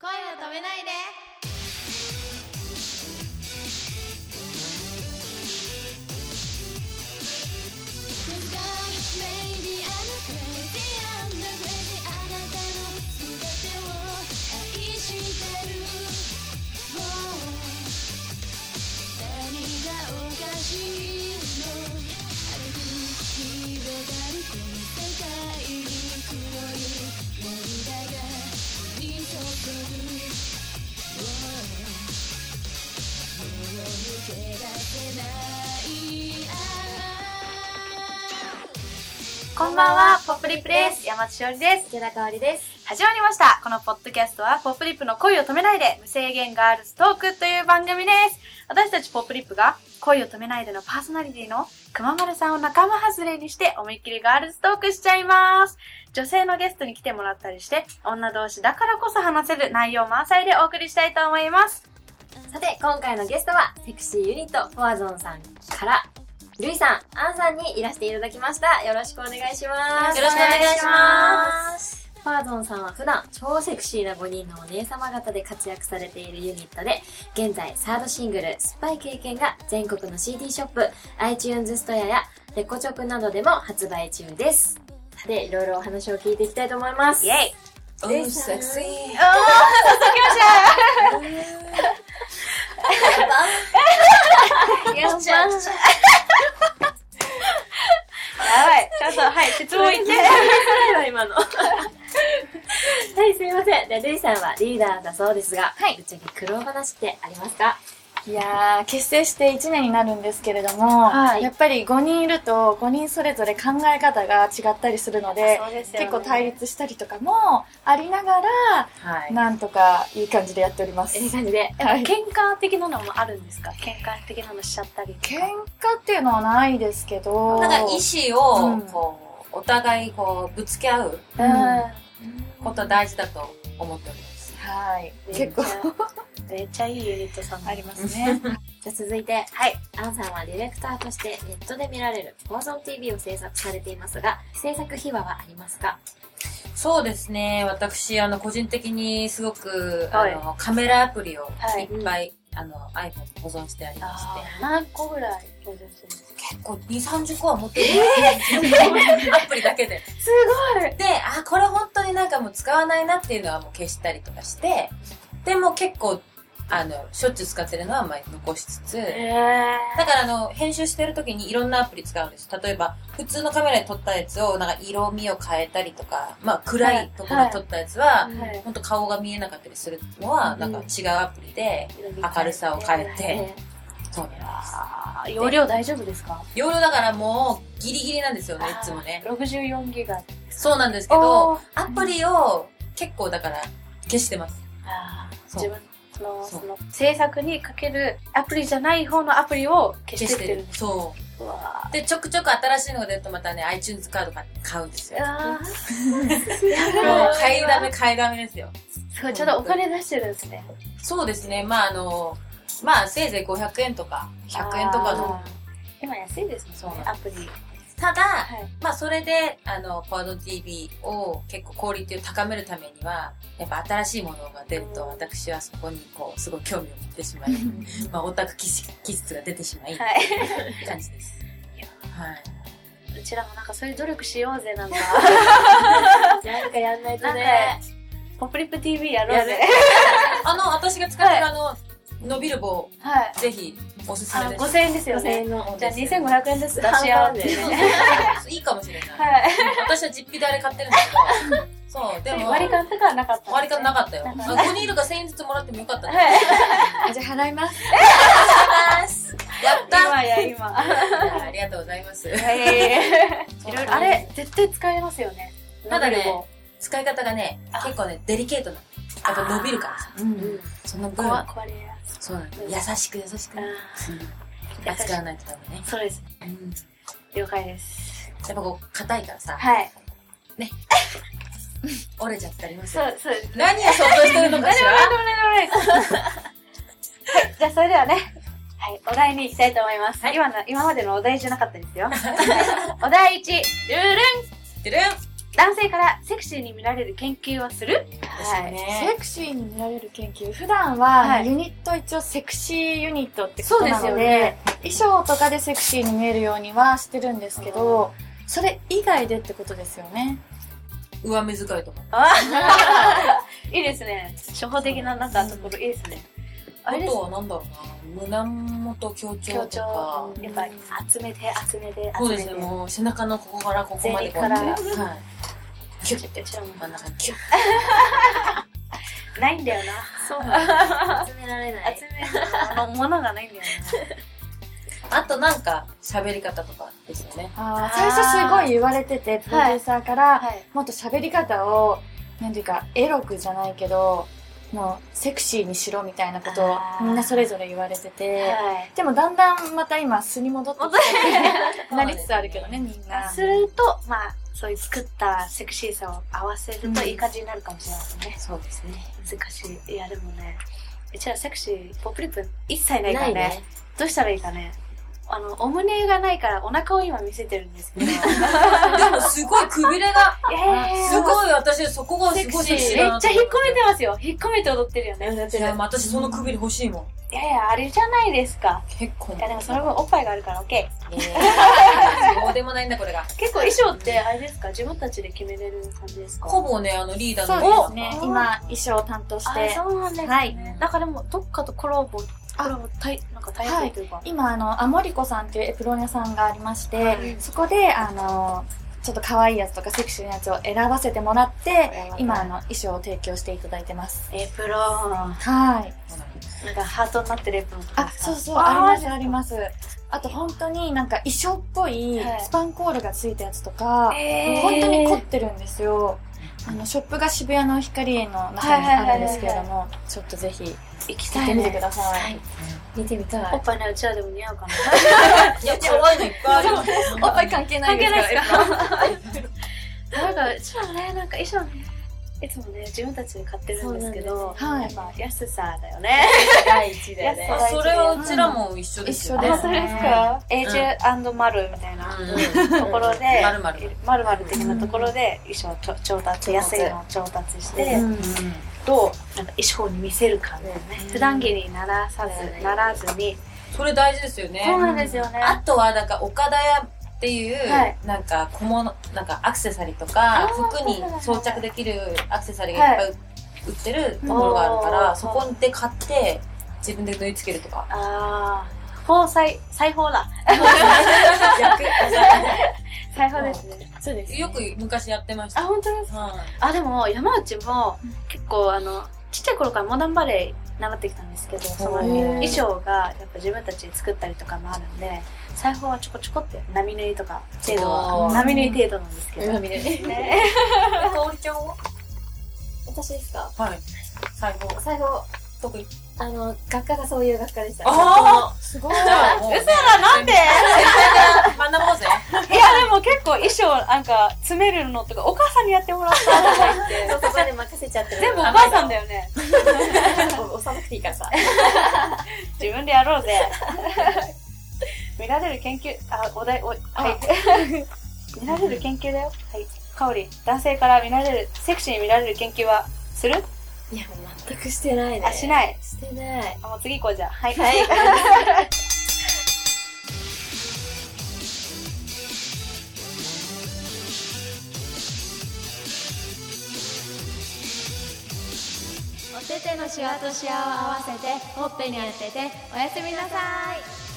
声を止めないでこんばんは、ポップリップです。山地しおりです。池田香織です始まりました。このポッドキャストは、ポップリップの恋を止めないで、無制限ガールズトークという番組です。私たちポップリップが、恋を止めないでのパーソナリティの熊丸さんを仲間外れにして、思いっきりガールズトークしちゃいます。女性のゲストに来てもらったりして、女同士だからこそ話せる内容満載でお送りしたいと思います。さて今回のゲストはセクシーユニットフォアゾンさんからルイさん、アンさんにいらしていただきました。よろしくお願いします。。よろしくお願いしますファーゾンさんは普段超セクシーな5人のお姉様方で活躍されているユニットで、現在サードシングル、酸っぱい経験が全国の CD ショップ、iTunes ストアやレコチョクなどでも発売中です。さて、いろいろお話を聞いていきたいと思います。イェイおレイー、さんセクシおー、ー。早いらっしゃい。速来ましたやばい。ちょっと、はい、質問いって。ないわ今のはいすみませんでルイさんはリーダーだそうですが、ぶっちゃけ苦労話ってありますかいやー結成して1年になるんですけれども、はいやっぱり5人いると5人それぞれ考え方が違ったりするのでうです結構対立したりとかもありながら、はなんとかいい感じでやっておりますいい感じではい喧嘩的なのもあるんですか喧嘩的なのしちゃったり。喧嘩っていうのはないですけどなんか意思うをん、こう、お互い、こう、ぶつけ合ううんはこと大事だと思っております。い結構構。めっちゃいいユニットさんありますねじゃあ続いてはい。アンさんはディレクターとしてネットで見られる「フォーゾン TV」を制作されていますが制作秘話はありますかそうですね。私、あの、個人的にすごく、はいあの、カメラアプリをはいいっぱい、あの、iPhone に保存してありまして。何個ぐらい登場するんですか結構2、30個は持ってる。アプリだけで。すごいで、あ、これ本当になんかもう使わないなっていうのはもう消したりとかして、でも結構、あの、しょっちゅう使ってるのはまあ残しつつ、えだからあの、編集してる時にいろんなアプリ使うんです。例えば、普通のカメラで撮ったやつを、なんか色味を変えたりとか、まあ暗いところで撮ったやつは、ー。はい。ほんと顔が見えなかったりするのは、なんか違うアプリで、明るさを変えて、ねそうなんです。あー容量大丈夫ですか夜だからもう、ギリギリなんですよね、いつもね。 64ギガ。そうなんですけおど、アプリを結構だから、消してます。あーそ自う分の、そうその、制作にかけるアプリじゃない方のアプリを消消ししてっててるるん。です。そうわう。で、ちょくちょく新しいのが出るとまたね、iTunes カード買買うんですーよ。もあーう買いだめ買いだめですよ。 すごい、ちょっとお金出してるんですね。そうですね。まあ、あの、まあ、せいぜい500円とか、100円とかの。あー。今安いですそうもんなんね、アですプリ。ただ、いまあ、それで、あの、フォワード TV を結構クオリティを高めるためには、やっぱ新しいものが出ると、私はそこに、こう、すごい興味を持ってしまい、まあ、オタク気質気質が出てしまい、はい。って感じです。はい。うちらもなんかそういう努力しようぜ なんかなんかやんないとなんかねポップリップ TV やろうぜやあの、私が使ってる、はあの、伸びる棒、はいぜひ、おすすあめの で5000す。円ですよ5000ね円のじゃあ2500円ずつ出し合おうっていうそうねそういいかもしれない。はい私は実費であれ買ってるんですけど、そう、でも、割り勘とかはなかった割り勘なかったよ。なんかあ5人いるから1000円ずつもらってもよかったね。はいあ じゃあ払いますやった今や今はいやありがとうございま す。いいろいろあれ絶対使えますよねただね伸びる棒使い方がねあ、結構ね、デリケートなの。やっぱ伸びるからさ。うんその分、壊壊れやすそうなの。優しく優しくいね。あー扱わないとダメね。そうですうん了解ですやっぱこう、硬いからさ、はい折れちゃったりますそよ。うそうです何を想像してるのか しら何でもないでもない ですはいじゃあそれではねはいお題に行きたいと思います今の今までのお題じゃなかったですよ お題1ルールンてるん男性からセクシーに見られる研究をするおですよね。セクシーに見られる研究普段は、はいユニット一応セクシーユニットってことなのでそうですよね衣装とかでセクシーに見えるようにはしてるんですけど、それ以外でってことですよね上目遣いとか。 いいですね。初歩的ななんかところいいですね。ああれですとはなんだろうな、胸元強調強と調か。やっぱり集めて集めてそう集めですてね、もう背中のここからここまでこうやって。前はい。キュッて、うちらも真ん中にキュッ。ないんだよそうなん です集められなない集めるものがないんだよあとなんか、喋り方とかですよね。あーー最初すごい言われててプロデューサーから、なはいもっと喋り方をなんていうかエロくじゃないけどもうセクシーにしろみたいなことをあーみんなそれぞれ言われてて、はいでもだんだんまた今素に戻ってきて なりつつあるけどねみんなするとまあそういう作ったセクシーさを合わせるといい感じになるかもしれないですね、そうですね。難しいいやでもねうちらセクシーポップリップ一切ないかならいねねどうしたらいいかねあのお胸がないからお腹を今見せてるんですけ どい でもすごいくびれが、やいやすごい私そこがセすクごいシセクシーーめだっなちゃと思引てっ込めてますよ引っ込めて踊ってるよねいや、私そのくびれ欲しいもん。いやいやあれじゃないですか結構。いやでもその分おっぱいがあるから OK えーどうでもないんだこれが。結構衣装ってあれですか自分たちで決めれる感じですかほぼね、あのリーダそーうのですねお今衣装を担当しあてそうなんですね、はなんかでもどっかとコラボコラボたいなんか対は抗いというか、今あのアモリコさんっていうエプロン屋さんがありまして、はいそこであのちょっと可愛いやつとかセクシーなやつを選ばせてもらって今あの衣装を提供していただいてますエプロンなんはいかハートになってるエプロンとかあ、ですかそうそう、あーあります、あります。あと本当になんか衣装っぽいはいスパンコールがついたやつとか、えー本当に凝ってるんですよ。あの、ショップが渋谷の光栄の中にあるんですけれども、ちょっとぜひ行き行たっいてねみてください。見てみたおっいぱいないうちらでも似合うかないや、可愛いのいっぱいある。おっぱい関係ないですから。なんかうちらもねなんか衣装ねいつもね自分たちで買ってるんですけどそうなんやでっすぱ安さだよね第一だよねそれはうちらも一緒ですよね。うんあ一そ緒うですか、エージュマルみたいな、うんところで、丸々まるまる的なところで衣装をちょ調達、安いのを調達して、うんどうなんか衣装に見せるかみたいなね、うん普段着にならさず、うんならずに、それ大事ですよね。そうなんですよね。あとは、なんか、岡田屋っていう、はいなんか、小物、なんか、アクセサリーとか、服に装着できるアクセサリーがいっぱい売ってるところがあるから、はいそこで買って、自分で縫い付けると か。あー、縫裁、裁縫だ。裁縫ですね。そうですね。 よく昔やってましあ、た。本当ですかはあ、でも山内も結構あの、ちっちゃい頃からモダンバレエ習ってきたんですけど、そのおー衣装がやっぱ自分たちで作ったりとかもあるんで、裁縫はちょこちょこって波縫いとか程度おは、ー波縫い程度なんですけど。見れるね い。かおりちゃんは私ですかはい。裁縫。最後特に。あの学科がそういう学科でしたあす ごい。あ嘘あなんでい学ぼうぜ。やでも結構衣装なんか詰めるのとかお母さんにやってもらったとか言ってそこまで任せちゃってる全部お母さんだよね押さなくていいからさ自分でやろうぜ見られる研究あお題おはい見られる研究だよはいかおり男性から見られるセクシーに見られる研究はするいやもう全くしてないねあしないしてないあもう次行こうじゃあはい、はいお手手のシワとシワを合わせてほっぺに当てておやすみなさい